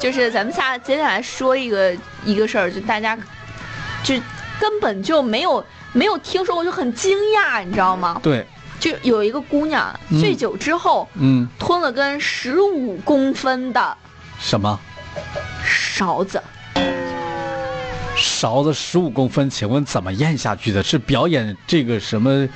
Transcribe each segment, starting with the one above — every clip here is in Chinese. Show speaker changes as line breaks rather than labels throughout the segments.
就是咱们下接下来说一个一个事儿，就大家就根本就没有没有听说过，就很惊讶，你知道吗？
对，
就有一个姑娘
嗯
醉酒之后、
嗯，
吞了根十五公分的
什么
勺子，
勺子十五公分？请问怎么咽下去的？是表演这个什么，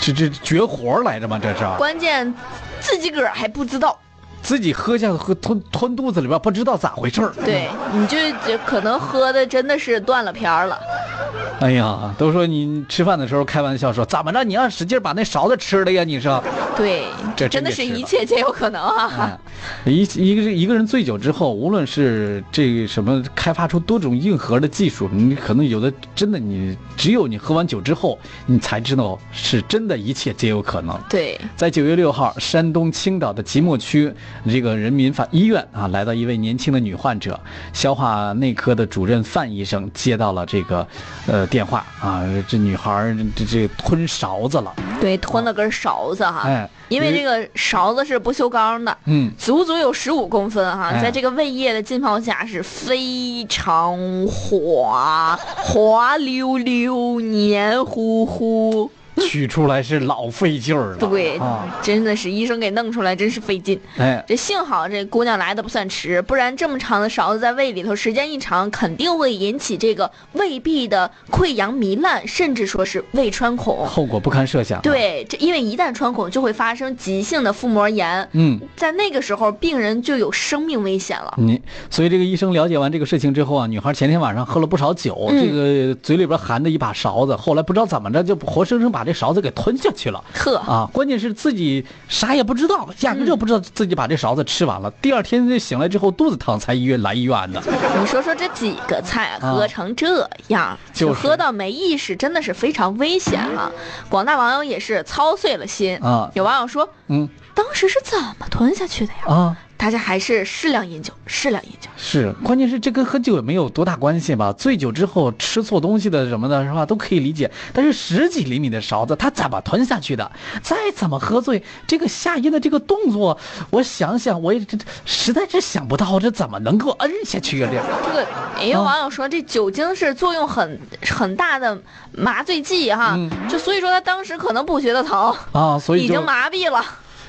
这这绝活来着吗？这是
关键自己个儿还不知道。
自己喝下喝吞吞肚子里边，不知道咋回事儿。
对，
嗯
你就就可能喝的真的是断了片儿了。
哎呀，都说你吃饭的时候开玩笑说怎么着，你让使劲把那勺子吃了呀？你说，
对，
这
真
真
的
得
是
吃了
一切皆有可能啊。
哎，一一个一个人醉酒之后，无论是这个什么开发出多种硬核的技术，你可能有的真的你只有你喝完酒之后，你才知道是真的一切皆有可能。
对，
在九月六号，山东青岛的即墨区这个人民法医院啊，来到一位年轻的女患者，消化内科的主任范医生接到了这个，呃，电话啊，这女孩儿这这吞勺子了，
对，吞了根勺子哈，
哎
啊因为
因
这
为
个勺子是不锈钢的，
嗯，
足足有十五公分哈，
哎
在这个胃液的浸泡下是非常滑滑溜溜、黏糊糊，
取出来是老费劲儿了，
对，
啊，
真的是医生给弄出来真是费劲。
哎，
这幸好这姑娘来的不算迟，不然这么长的勺子在胃里头，时间一长，肯定会引起这个胃壁的溃疡糜烂，甚至说是胃穿孔。
后果不堪设想，，啊
对，这因为一旦穿孔就会发生急性的腹膜炎，
嗯。
在那个时候病人就有生命危险了。
你所以这个医生了解完这个事情之后啊，女孩前天晚上喝了不少酒，
嗯
这个嘴里边含着一把勺子，后来不知道怎么着就活生生把这勺子给吞下去了。
呵，
啊，关键是自己啥也不知道，压根就不知道自己把这勺子吃完了。第二天这醒来之后肚子疼，才医院来医院的。
你说说这几个菜
啊
喝成这样，
就是
喝到没意识，真的是非常危险啊！广大网友也是操碎了心
啊
有网友说，
嗯
当时是怎么吞下去的呀？
啊，
大家还是适量饮酒，适量饮酒。
是，关键是这跟喝酒也没有多大关系吧？醉酒之后吃错东西的什么的，是吧，都可以理解。但是十几厘米的勺子，它怎么吞下去的？再怎么喝醉，这个下咽的这个动作，我想想，我也这实在是想不到，这怎么能够摁下去啊？这
这个也有
啊
网友说，这酒精是作用很很大的麻醉剂哈，
嗯
就所以说他当时可能不觉得疼，
啊，所以
已
就
经麻痹了。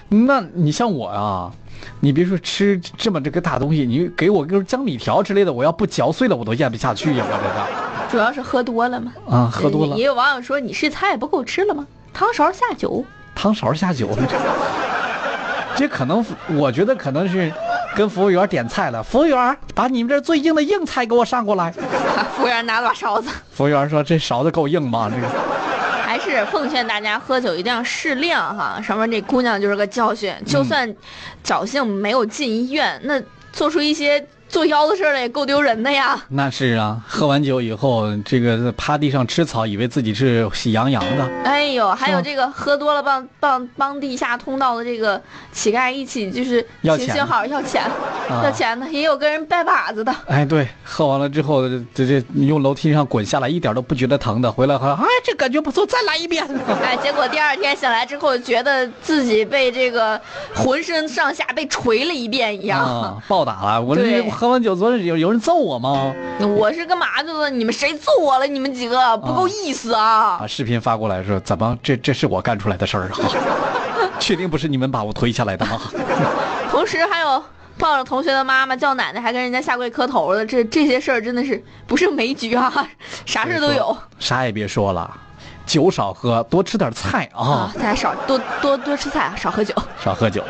那你像我啊，你别说吃这么这个大东西，你给我根江米条之类的，我要不嚼碎了我都咽不下去呀！我
主要是喝多了嘛，
这个啊，喝多了
也，有网友说你是菜不够吃了吗？汤勺下酒，
汤勺下酒， 这可能我觉得可能是跟服务员点菜了，服务员把你们这最硬的硬菜给我上过来。
服务员拿了把勺子。
服务员说这勺子够硬吗？这个
还是奉劝大家喝酒一定要适量哈。上面这姑娘就是个教训，
嗯
就算侥幸没有进医院，那做出一些作妖的事儿来也够丢人的呀。
那是啊，喝完酒以后，这个趴地上吃草，以为自己是喜羊羊的。
哎呦，还有
是吗
这个喝多了帮帮帮地下通道的这个乞丐一起就是
要
行
钱啊
行好要钱，要钱的也有跟人拜把 子的。
哎，对，喝完了之后，这这你用楼梯上滚下来，一点都不觉得疼的。回来还哎，这感觉不错，再来一遍。
哎，结果第二天醒来之后，觉得自己被这个浑身上下被捶了一遍一样。
啊，暴打了！我
对
这喝完酒，昨天有有人揍我吗？
我是干嘛去了？你们谁揍我了？你们几个不够意思啊！
啊，视频发过来说，怎么这这是我干出来的事儿啊？ 确定不是你们把我推下来的吗？
同时还有抱着同学的妈妈叫奶奶，还跟人家下跪磕头的，这这些事儿真的是不是枚举啊，啥事儿都有，
啥也别说了，酒少喝，多吃点菜啊，
啊！大家少多多多吃菜，少喝酒。
少喝酒。